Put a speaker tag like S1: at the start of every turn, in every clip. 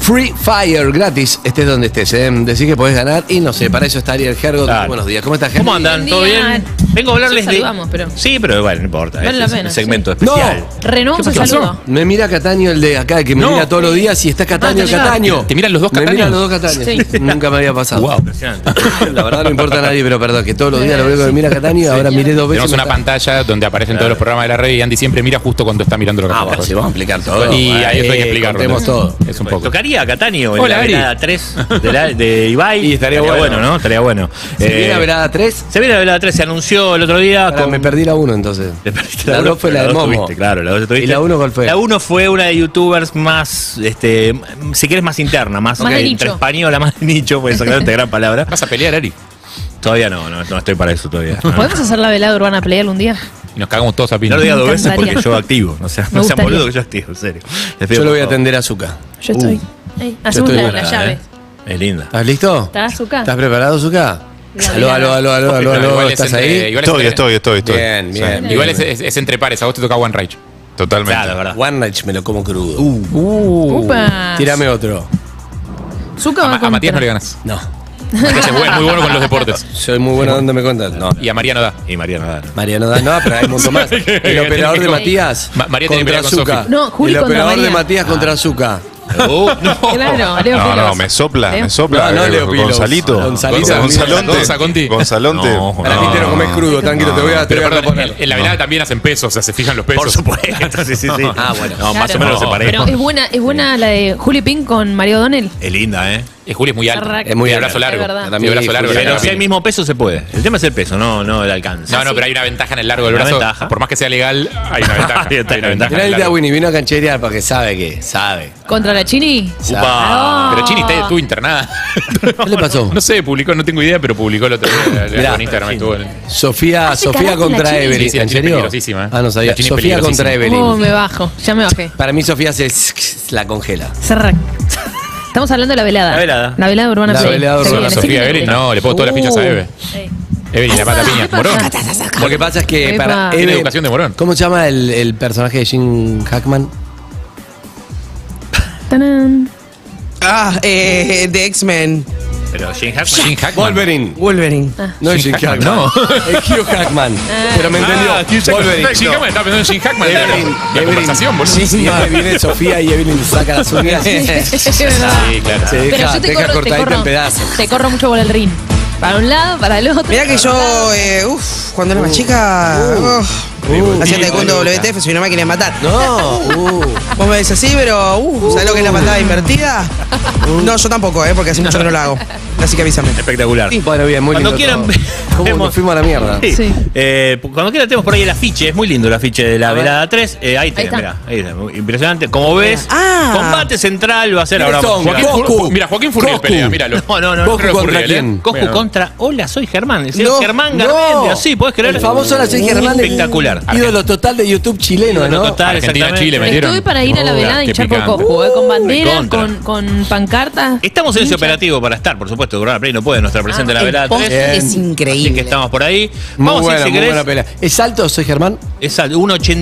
S1: Free Fire, gratis, estés donde estés, ¿eh? Decís que podés ganar y no
S2: Mm.
S1: sé, para eso está Ariel Gergo.
S3: Claro.
S1: Buenos días, ¿cómo estás, Gergo?
S3: ¿Cómo andan?
S4: Buen
S3: ¿Todo
S4: día.
S3: bien? Vengo a hablarles
S4: Nosotros
S3: de.
S4: saludamos, pero-
S3: Sí, pero igual, no importa.
S4: Vale la
S3: es
S4: pena,
S3: un segmento
S1: ¡No!
S3: especial.
S4: Renuncia al saludo.
S1: Me mira Cataño, el de acá, que me
S3: No.
S1: mira todos los días y está Cataño,
S4: te mira.
S1: Cataño.
S2: Ah, ¿Te miran los dos
S1: Me miran
S2: Cataños?
S1: los dos Cataños.
S4: Sí.
S1: Nunca me había pasado.
S2: Wow.
S3: Impresionante.
S1: La verdad no importa a nadie, pero perdón, que todos los días lo veo que me mira Cataño y ahora miré dos veces.
S2: Tenemos una
S1: me está-
S2: pantalla donde aparecen todos los programas de la red y Andy siempre mira justo cuando está mirando lo que
S1: Ah,
S2: está
S1: bueno,
S2: abajo.
S1: sí, vamos a explicar todo.
S2: Y
S1: Eh,
S2: ahí eso hay que explicarlo.
S1: Contemos todo.
S2: Es un poco.
S3: Tocaría a Cataño en
S2: Hola,
S3: la
S2: Ari.
S3: velada 3 de, la- de Ibai.
S1: Y estaría bueno.
S3: ¿no? Estaría bueno.
S1: Si
S3: Eh,
S1: viene a verada
S2: ah,
S1: 3,
S3: Se viene la velada 3, se anunció el otro día.
S1: ahora
S3: con-
S1: me perdí la 1 entonces.
S3: Te perdiste
S1: La
S3: uno,
S1: dos fue
S3: pero
S1: la de
S3: dos
S1: Momo.
S3: tuviste, claro, la dos tuviste.
S1: ¿Y la uno cuál fue?
S3: La 1 fue una de youtubers más, este, m- si quieres, más interna, más,
S4: Más de
S3: entre
S4: nicho.
S3: española, más de nicho, pues exactamente gran palabra.
S2: ¿Vas a pelear, Ari?
S3: Todavía no, no, no estoy para eso todavía. No,
S4: ¿Podemos hacer la velada urbana play algún día?
S2: Y nos cagamos todos a
S3: No
S2: pino.
S3: lo digas dos veces
S4: encantaría.
S3: porque yo activo. No, sea,
S4: Me
S3: no sean
S4: gustaría.
S3: boludos que yo activo, en serio. Les
S1: Yo
S3: pido
S1: lo
S3: por
S1: voy a
S3: favor.
S1: atender a Zuka.
S4: Yo
S3: Uh.
S4: estoy. Ahí, Hacemos
S1: estoy
S4: la,
S1: buena,
S4: la
S3: Buena,
S4: llave.
S3: ¿eh? Es linda.
S1: ¿Estás listo?
S4: ¿Estás,
S2: Ah.
S4: Zuka?
S1: ¿Estás preparado, Zuka?
S4: La
S1: Aló,
S4: mirada.
S1: aló, aló, aló, aló,
S2: Pero
S1: aló,
S2: igual es
S1: ¿estás
S2: entre-
S1: ahí?
S2: igual es
S5: Estoy,
S2: entre-
S5: estoy, estoy, estoy.
S1: Bien,
S5: Sí.
S1: bien.
S2: Igual es, es- es entre pares. A vos te toca One Rage.
S5: Totalmente.
S3: Claro, verdad.
S1: One Night me lo como crudo.
S2: Uh.
S4: Upa.
S1: Uh. Tírame otro.
S4: Zuka
S2: A,
S4: va
S2: Ma-
S4: contra.
S2: a Ah, Matías no le ganas.
S1: No.
S2: Matías es bueno, muy bueno con los deportes.
S1: Soy muy bueno dándome cuenta. No.
S2: Y a María no da.
S3: Y Mariana Dano.
S1: Mariano da, no, pero hay un montón más. El operador de Matías.
S2: Ma- María tiene que
S1: contra
S2: pelear con
S1: Zuka.
S2: Ah. Sofi.
S4: No, Juli
S1: El
S4: contra
S1: operador de
S4: María.
S1: Matías contra Azúcar.
S4: Claro, Leo
S5: No,
S4: Pilos.
S5: no, me sopla,
S4: Leo.
S5: me sopla.
S1: No, no,
S5: eh,
S1: Leo Pilos.
S5: Gonzalito.
S1: Gonzalito.
S2: Gonza
S5: Gonzalonte.
S2: Conti.
S5: Gonzalonte.
S3: No, no.
S1: Para mí te lo comes crudo, tranquilo, te voy a te
S2: Pero
S1: voy a
S2: perdón,
S1: reponer.
S2: en, en la velada también hacen pesos, o sea, se fijan los pesos.
S3: Por supuesto, sí, sí, sí. Ah,
S1: bueno.
S3: No, más
S4: Claro.
S3: o menos lo separé.
S4: Pero es buena, es buena la de Juli Pink con Mario Donel.
S3: Es linda, ¿eh?
S2: Eh, Juli es muy alto.
S4: Arraca.
S1: Es muy
S2: Tiene
S1: alto.
S2: brazo largo.
S4: Es verdad.
S2: Tiene brazo largo.
S1: Sí,
S3: Pero
S2: la
S1: claro.
S2: cara
S3: si hay el
S2: fina.
S3: mismo peso, se puede. El tema es el peso, no, no el alcance.
S2: No, no, pero hay una ventaja en el largo del
S3: Una
S2: brazo.
S3: ventaja.
S2: Por más que sea legal, hay una ventaja.
S3: Hay una
S1: Mirá
S3: ventaja.
S2: en el
S1: el de
S2: largo.
S1: Winnie, vino a cancherear porque sabe que sabe.
S4: Contra la Chini.
S3: Upa.
S2: Pero Chini está tú internada.
S1: ¿Qué le pasó?
S2: No sé, publicó, no tengo idea, pero publicó el otro día la- la-
S1: Mirá.
S2: en Instagram. Estuvo en-
S1: Sofía,
S4: Hace
S1: Sofía
S4: carajo la
S1: contra
S4: Chini.
S1: Evelyn.
S2: Sí, sí, la
S1: ¿En
S2: Chini es
S1: serio?
S2: peligrosísima, ¿eh?
S1: Ah, no sabía.
S2: La Chini es
S1: Sofía contra
S4: Oh,
S1: Evelyn.
S4: me bajo. Ya me bajé.
S1: Para mí Sofía se la congela.
S4: Cerra. Estamos hablando de la velada.
S3: La velada.
S4: La velada urbana
S1: La
S4: play.
S1: velada
S4: Se
S1: urbana.
S4: viene,
S2: Sofía
S4: se viene.
S2: Evelyn, no, le pongo todas las fichas a Eve.
S4: Sí.
S2: Evelyn, la pata piña.
S4: ¿Qué
S2: Morón.
S4: pasa?
S1: Lo que pasa es que
S4: Epa.
S1: para
S2: Tiene
S1: Eve-
S2: educación de morón.
S1: ¿Cómo se llama el, el personaje de Jim Hackman?
S4: Tanán.
S6: Ah, eh, de X-Men.
S3: Pero Jim Hackman.
S2: Jim Hackman.
S1: Wolverine.
S6: Wolverine.
S4: Ah.
S1: No es Jim
S2: Jim
S1: Hackman.
S2: Hackman,
S1: Es Hugh Hackman. Pero me entendió.
S2: Ah, Jim Hackman.
S1: Wolverine.
S2: Jim Hackman, estaba pensando en Jim Hackman.
S1: Evelyn,
S2: La conversación, boludo.
S1: Sí, sí, ahora viene Sofía y Evelyn saca las uñas. Se
S4: Es verdad.
S3: Sí, claro.
S1: deja,
S4: Pero
S1: deja
S4: yo te corro, te
S1: cortadita en
S4: corro,
S1: pedazos.
S4: te corro mucho por el ring. Para un lado, para el otro.
S6: Mirá que yo, eh, uff, cuando era más
S7: Uh,
S6: chica, oh, uf, hacía taekwondo WTF, soy una máquina de matar.
S1: No, uh,
S6: Vos me decís así, pero, uff, ¿sabés lo que es la patada invertida?
S7: Uh.
S6: No, yo tampoco, eh, porque hace mucho que no la hago. Así que avísame.
S3: Espectacular.
S1: bueno, bien, muy
S3: Cuando
S1: lindo
S3: quieran,
S1: todo. ¿Cómo nos fuimos a la mierda?
S3: Sí.
S4: Sí.
S3: Eh, cuando quieran tenemos por ahí el afiche, es muy lindo el afiche de la
S1: ver.
S3: velada 3. Eh, ahí tenés,
S4: está.
S3: mirá, ahí está, muy impresionante. Como ves,
S6: Ah.
S3: combate central va a ser
S1: ¿Quiénes
S3: ahora.
S1: son?
S3: Joaquín
S1: Goku.
S3: Furriel.
S2: Fu- Mira, Joaquín Furriel
S1: Goku.
S2: pelea, míralo.
S3: No, no, no.
S1: Goku
S3: Creo que
S1: contra
S2: Furriel, ¿eh?
S1: quién?
S3: Coscu
S2: Bueno.
S3: contra Hola, soy Germán. Es decir,
S1: No,
S3: Germán
S1: no.
S3: Garmendia, sí, podés creer.
S1: El famoso Hola, soy Germán. del
S3: Espectacular.
S1: Ídolo total de YouTube chileno,
S3: Ídolo
S1: ¿no?
S3: total,
S2: Argentina,
S3: exactamente.
S2: Chile, me dieron.
S4: Estuve para ir a la
S2: Oh,
S4: velada y
S2: qué
S4: hinchar por
S2: picante.
S4: Coscu, eh, con
S3: Uh,
S4: bandera,
S3: recontra.
S4: con, con pancarta.
S3: Estamos en ese
S4: Hincha.
S3: operativo para estar, por supuesto, Corona Play no puede no estar
S1: Ah,
S3: presente en la
S6: el
S3: velada
S6: post
S3: 3.
S6: es
S3: Así que
S6: increíble.
S3: estamos por ahí.
S1: Muy
S3: Vamos a
S1: buena,
S3: ir, si
S1: muy buena
S3: querés.
S1: pelea. ¿Es alto? ¿Soy Germán?
S3: Es al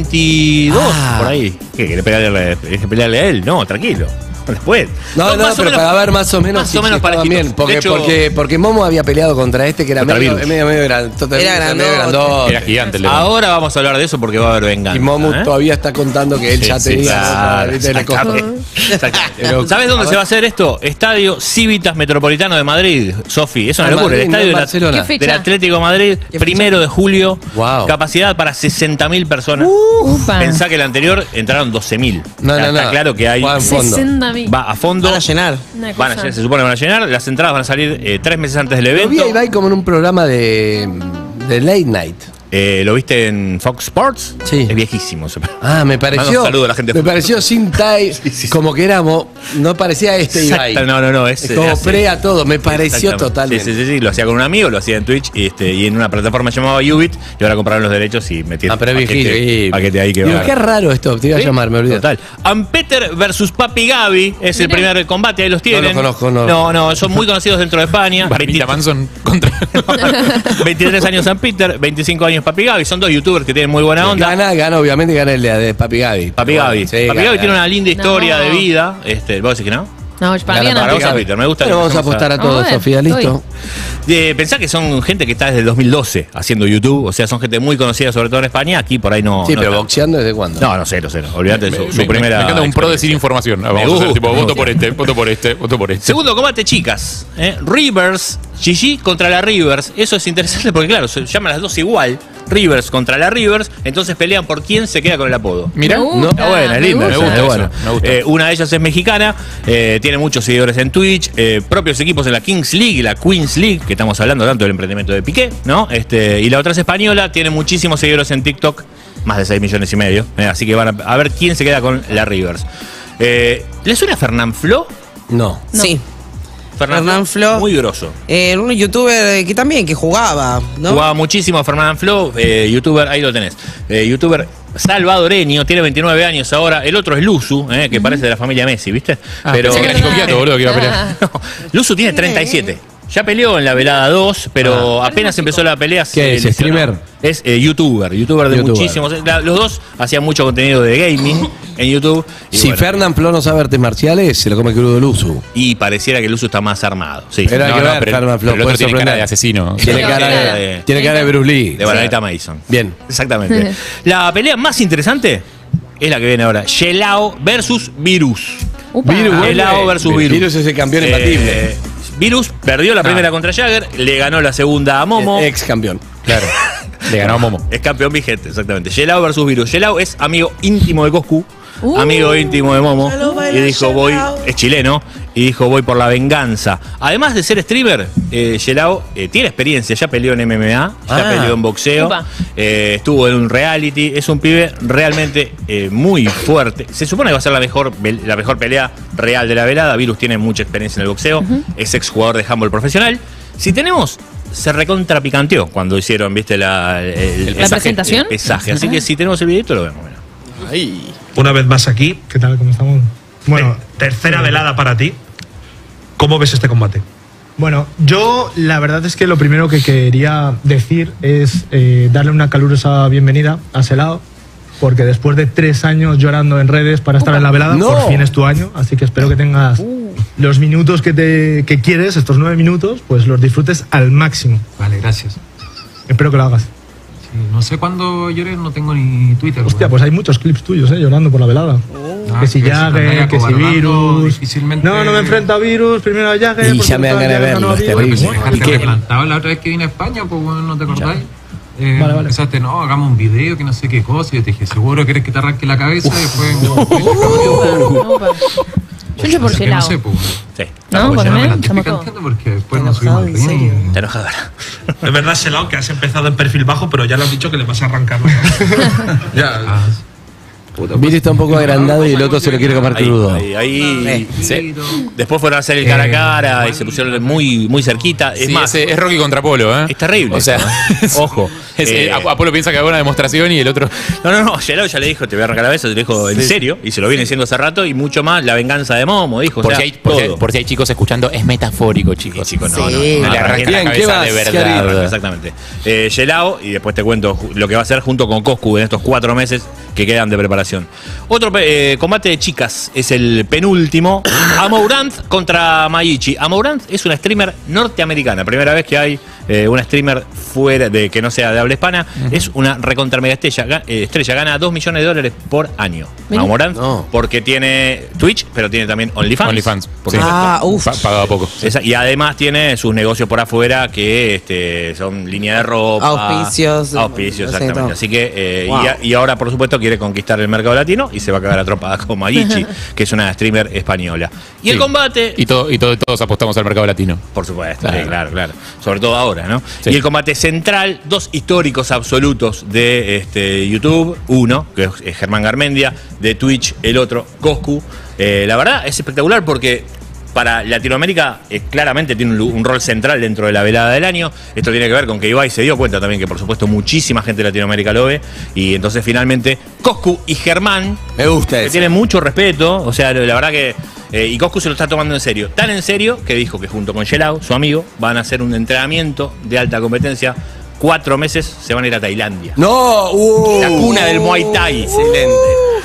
S3: 1.82
S1: Ah.
S3: por ahí. ¿Qué? ¿Querés pelearle, querés pelearle a él? No, tranquilo. Después.
S1: No,
S3: Son
S1: no,
S3: más o
S1: pero
S3: menos-
S1: para ver más o menos.
S3: Más
S1: si-
S3: o menos
S1: si
S3: parejitos.
S1: estaban bien, porque,
S3: De hecho-
S1: porque, porque Momo había peleado contra este que era
S3: Contra
S1: medio,
S3: Virus.
S1: medio, medio gran- total-
S6: Era
S1: medio
S6: grandote.
S1: grandote.
S2: Era gigante el de-
S3: Ahora vamos a hablar de eso porque va a haber venganza.
S1: Y Momo
S3: ¿eh?
S1: todavía está contando que él
S3: Sí,
S1: ya
S3: sí,
S1: tenía.
S3: claro,
S1: "Ah, ¿viste? Le costó.
S3: exactamente, exactamente.
S1: Pero-
S3: ¿Sabes
S1: a
S3: dónde
S1: ver.
S3: se va a hacer esto? Estadio Civitas Metropolitano de Madrid, Sofi. Es una
S1: Ah,
S3: locura.
S1: Madrid,
S3: el
S1: no
S3: estadio
S1: en
S3: de la-
S1: Barcelona.
S4: ¿Qué fecha?
S3: del Atlético de Madrid, primero de julio.
S1: Wow.
S3: Capacidad para 60.000 personas.
S4: Upa.
S3: Pensá que el anterior entraron 12.000.
S1: No,
S3: O sea,
S1: no, no.
S3: Está claro que hay.
S1: Juan,
S3: Va
S4: 60 mil.
S3: a fondo.
S6: Van a llenar.
S3: Van
S4: Una
S3: a
S4: cosa.
S3: llenar, se supone que van a llenar. Las entradas van a salir eh, tres meses antes del
S1: Lo
S3: evento.
S1: vi a Ibai como en un programa de, de late night.
S3: Eh, ¿Lo viste en Fox Sports?
S1: Sí.
S3: Es viejísimo. ese programa.
S1: Ah, me pareció.
S3: Mando un saludo a la gente.
S1: Me pareció sin tai,
S3: sí.
S1: como que éramos. No parecía este Ibai.
S3: Exacto, no, no, no. Es,
S1: Es como
S3: hace-
S1: pre a todo, me pareció
S3: Exactamente.
S1: totalmente.
S3: Sí, sí, sí, sí, lo hacía con un amigo, lo hacía en Twitch y, este, y en una plataforma llamada Ubit y ahora compraron los derechos y metieron
S1: Ah, pero es
S3: paquete,
S1: viejísimo.
S3: paquete ahí que
S1: Digo,
S3: va.
S1: qué raro esto, te iba a
S3: Sí,
S1: llamar, me olvidé.
S3: Total. Ampeter versus Papi Gaby es el
S4: Mirá.
S3: primer combate, ahí los tienen.
S1: los conozco, no.
S3: No, no, son muy conocidos dentro de España.
S2: Barbita
S3: 23
S2: Manson contra.
S3: 23 años San Peter, 25 años el Papi Gaby. Son dos youtubers que tienen muy buena onda.
S1: Gana, gana, obviamente gana el de- de Papi Gaby.
S3: Papi Gaby.
S1: Sí,
S3: Papi
S1: gana.
S3: Gaby tiene una linda historia
S4: No.
S3: de vida. Este, ¿Vos decís que no?
S4: No, yo para
S3: Gana
S4: mí
S3: para
S4: no.
S3: vos. a Peter, me gusta que
S1: Bueno, vamos a
S3: empecemos
S1: apostar
S3: a-
S1: a, todo,
S4: Vamos a ver,
S1: Sofía, listo.
S4: estoy.
S3: Eh, pensá que son gente que está desde el 2012 haciendo YouTube. O sea, son gente muy conocida, sobre todo en España. Aquí por ahí no.
S1: sí,
S3: no
S1: pero
S3: tanto.
S1: boxeando desde cuándo?
S3: No, no, cero, cero. Olvídate de su, su
S2: me,
S3: primera.
S2: me encanta un pro decir información. Ah, Vamos a
S3: gusta,
S2: hacer tipo,
S3: me
S2: voto
S3: gusta.
S2: por este, voto por este, voto por este.
S3: Segundo combate, chicas. ¿eh? Rivers, Gigi contra la Rivers. Eso es interesante porque, claro, se llaman las dos igual. Rivers contra la Rivers. Entonces pelean por quién se queda con el apodo.
S2: Mirá,
S4: Me
S2: no,
S4: gusta,
S3: Está buena, es
S4: me
S3: linda. esa,
S4: gusta.
S2: Ah,
S3: es
S2: Me gusta
S3: buena.
S2: eso, me gusta.
S3: Eh, una de ellas es mexicana, eh, tiene muchos seguidores en Twitch, eh, propios equipos en la Kings League y la Queens League, que estamos hablando tanto del emprendimiento de Piqué, ¿no? Este, y la otra es española, tiene muchísimos seguidores en TikTok, más de 6 millones y medio. eh, así que van a, a ver quién se queda con la Rivers. Eh, ¿Le suena Fernán Flo?
S1: No.
S6: Sí. Fernán Flo.
S3: Muy grosso.
S6: Eh, un youtuber eh, que también, que jugaba, ¿no?
S3: Jugaba muchísimo Fernán Flo, eh, youtuber, ahí lo tenés. Eh, youtuber salvadoreño, tiene 29 años ahora. El otro es Luzu, eh, que parece de la familia Messi, ¿viste?
S2: Ah, pensé que era Nico Quiato, boludo, que iba a pelear.
S3: No, Luzu tiene 37. Ya peleó en la velada 2, pero apenas empezó la pelea. se
S1: es,
S3: lesionó.
S1: streamer?
S3: Es eh, youtuber, youtuber de
S1: Youtuber.
S3: muchísimos. la- los dos hacían mucho contenido de gaming en YouTube. Y,
S1: Si
S3: bueno,
S1: Fernán Flo no sabe artes marciales, se lo come crudo el uso.
S3: y pareciera que Luzu está más armado. Sí.
S1: Pero hay
S2: no,
S1: que ver,
S2: pero,
S1: Fernán Flo,
S2: pero el
S1: puede
S2: otro tiene cara
S1: sorprender.
S2: de asesino.
S1: Tiene
S4: No,
S1: cara
S4: tiene cara
S1: de,
S3: de-
S1: tiene cara de Bruce Lee.
S3: De Bananita Mason.
S1: Bien.
S3: Exactamente. La pelea más interesante es la que viene ahora. Yelao versus Virus.
S4: Upa.
S1: Virus,
S4: Ah,
S1: vuelve.
S3: Yelao versus Virus.
S1: Virus es el campeón
S3: Eh,
S1: imbatible. Ah.
S3: Virus perdió la primera contra Jagger, le ganó la segunda a Momo.
S1: Ex campeón.
S2: Claro. Le ganó a Momo.
S3: Es campeón vigente, exactamente. Yelao versus Virus. Yelao es amigo íntimo de Coscu,
S4: Uh.
S3: amigo íntimo de Momo.
S6: Hello,
S3: Y
S6: baila
S3: dijo, voy,
S6: Yelao.
S3: es chileno, y dijo, voy por la venganza. Además de ser streamer, eh, Yelao eh, tiene experiencia, ya peleó en MMA, ya
S1: Ah.
S3: peleó en boxeo,
S4: Upa.
S3: eh, estuvo en un reality, es un pibe realmente eh, muy fuerte. Se supone que va a ser la mejor, vel- la mejor pelea real de la velada. Virus tiene mucha experiencia en el boxeo, es exjugador de handball profesional. Si tenemos... Se recontra picanteó cuando hicieron, viste, la, el-
S4: ¿La presentación?
S3: el pesaje. Así
S4: Ajá.
S3: que si tenemos el videito lo vemos. bueno.
S5: Una vez más aquí. ¿Qué tal? ¿Cómo estamos? Bueno, tercera
S8: eh,
S5: velada para ti. ¿Cómo ves este combate?
S8: Bueno, yo la verdad es que lo primero que quería decir es eh, darle una calurosa bienvenida a Selao, porque después de tres años llorando en redes para estar en la velada,
S1: No.
S8: por fin es tu año, así que espero que tengas
S7: Uh.
S8: los minutos que, te, que quieres, estos nueve minutos, pues los disfrutes al máximo.
S7: Vale, gracias.
S8: Espero que lo hagas.
S7: Sí, no sé cuándo lloré, no tengo ni Twitter.
S8: Hostia, pues hay muchos clips tuyos, ¿eh? Llorando por la velada.
S7: Ah,
S8: que si
S7: que si me
S8: Jagger,
S7: andáis
S8: que si
S7: acobardando,
S8: virus.
S7: difícilmente-
S8: No, no me enfrento a virus, primero a Jagger.
S1: Y
S8: por
S1: ya me dan ganas
S8: tanto,
S1: de
S8: Jagger ganó a
S1: verlo, es
S8: virus.
S1: terrible.
S7: Bueno, pero si me
S1: ¿Y qué?
S7: dejaste plantado la otra vez que vine a España, pues bueno, no te acordáis. Eh,
S8: Vale, vale.
S7: Empezaste, no, hagamos un video, que no sé qué cosa. Y yo te dije, seguro querés que te arranque la cabeza. y después.
S4: Upa. Yo no sé por
S7: Así
S4: qué
S7: que no
S4: lado.
S7: sé, pues. bueno.
S3: Sí.
S4: No,
S7: Ya no
S4: por
S7: me
S4: mí,
S7: la estoy
S4: estamos todos.
S7: picantando porque después nos subimos al ring.
S3: Está enojado ahora.
S5: Es verdad, Selao, que has empezado en perfil bajo, pero ya lo has dicho que le vas a arrancar. la cabeza.
S7: Ah, puta,
S1: Viri está un poco
S7: pues,
S1: agrandado y el
S7: no,
S1: otro se lo quiere comer
S3: Ahí,
S1: crudo.
S3: ahí, ahí.
S6: Eh,
S3: Sí. Después fueron a hacer el cara a cara y se pusieron muy, muy cerquita. Es
S2: Eh, Sí,
S3: más,
S2: ese es Rocky contra Apolo, ¿eh?
S3: Es terrible.
S2: O sea,
S3: Ojo.
S2: es-
S3: Eh,
S2: Ap- Apolo piensa que hago una demostración y el otro.
S3: no, no, no. Yelao ya le dijo, te voy a arrancar la cabeza, te lo dijo en serio, y se lo viene diciendo hace rato, y mucho más la venganza de Momo, dijo. o
S2: Por,
S3: sea,
S2: si hay, por, si hay,
S3: todo.
S2: por si hay chicos escuchando, es metafórico, chicos.
S3: Chico, no,
S9: Sí.
S3: no, no,
S2: Le arranqué la
S1: Bien, ¿qué
S2: cabeza
S1: vas?
S2: de
S1: ¿Qué
S2: verdad.
S3: Claro, exactamente. Eh, Yelao, y después te cuento ju- lo que va a hacer junto con Coscu en estos cuatro meses que quedan de preparación. Otro pe- eh, combate de chicas es el penúltimo. Amourant contra Mayichi. Amourant es una streamer norteamericana. Primera vez que hay eh, una streamer fuera de que no sea de habla hispana. Es una recontra mega estrella. ga- eh, estrella gana 2 millones de dólares por año.
S4: Mirá.
S3: Amourant,
S1: No.
S3: porque tiene Twitch, pero tiene también OnlyFans.
S2: OnlyFans,
S3: Por
S2: sí.
S3: supuesto.
S6: Ah, uff.
S2: Pa- pagaba poco.
S3: Esa- y además tiene sus negocios por afuera que este, son línea de ropa.
S6: Auspicios. eh,
S3: Auspicios,
S6: Sí,
S3: exactamente.
S6: todo.
S3: Así que, eh,
S6: Wow.
S3: y, a- y ahora, por supuesto, quiere conquistar el mercado latino y se va a cagar atropada con Mayichi, que es una streamer española. Y el
S2: Sí.
S3: combate.
S2: Y, todo, y todo- todos apostamos al mercado latino.
S3: por supuesto,
S2: Claro.
S3: sí, claro, claro. Sobre todo ahora, ¿no?
S2: Sí.
S3: Y el combate central, dos históricos absolutos de este, YouTube. Uno, que es eh, Germán Garmendia, de Twitch, el otro, Coscu. Eh, la verdad, es espectacular porque para Latinoamérica eh, claramente tiene un, lu- un rol central dentro de la velada del año. Esto tiene que ver con que Ibai se dio cuenta también que, por supuesto, muchísima gente de Latinoamérica lo ve. Y entonces, finalmente, Coscu y Germán
S1: Me gusta
S3: que
S1: eso.
S3: tiene mucho respeto, o sea, la verdad que. eh, y Coscu se lo está tomando en serio. Tan en serio que dijo que junto con Yelao, su amigo, van a hacer un entrenamiento de alta competencia cuatro meses se van a ir a Tailandia.
S1: No, uh,
S3: La cuna del Muay Thai.
S1: Excelente.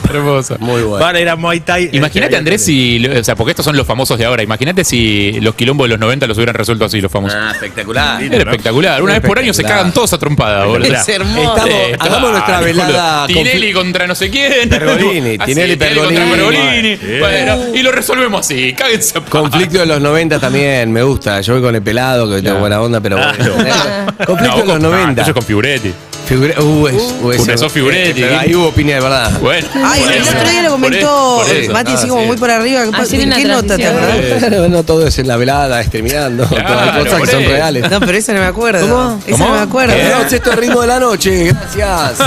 S2: Hermoso.
S1: Muy bueno.
S3: Van a ir a Muay Thai.
S2: Imagínate,
S3: Este,
S2: Andrés, si. lo- O sea, porque estos son los famosos de ahora. Imagínate si los quilombos de los 90 los hubieran resuelto así, los famosos.
S1: Ah, espectacular.
S2: Era espectacular. Una vez por año se
S1: Espectacular.
S2: cagan todos a trompada, boludo.
S1: Es hermoso.
S2: Eh,
S1: Estamos- hagamos nuestra
S2: ah,
S1: velada
S2: boludo. Tinelli contra no sé quién.
S1: Pergolini,
S2: Ah, sí,
S1: Tinelli,
S2: contra
S1: Pergolini.
S2: Pergolini.
S3: Sí.
S2: Bueno, y lo resolvemos así. Cáguense a pa-
S1: Conflicto de los 90 también, me gusta. Yo voy con el pelado, que tengo buena onda, pero bueno.
S3: Claro.
S1: Conflicto
S2: No,
S1: de los
S2: con- ah,
S1: 90.
S2: eso es con Figuretti.
S1: Figure- uh, es- uh, es-
S2: Cunesó Figuretti.
S1: Pero ahí hubo opinión de verdad.
S2: Bueno.
S6: Ay,
S2: por
S6: el
S2: eso.
S6: otro día lo
S2: Por eso,
S6: comentó
S2: por eso.
S6: Mati,
S1: Ah,
S6: así como
S1: sí.
S6: muy por arriba.
S4: Hacer
S6: ¿En
S4: una
S6: qué nota te
S4: transición.
S6: acordás?
S1: Claro, no todo es en la velada, es terminando. todas
S2: Claro,
S1: las cosas que son
S2: por eso.
S1: reales.
S6: No, pero esa no me acuerdo.
S2: ¿Cómo?
S6: Esa
S2: ¿Cómo?
S6: no me acuerdo.
S1: Perdón, sexto ritmo de la noche, gracias.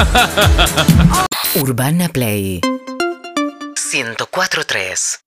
S9: Urbana Play
S10: 104.3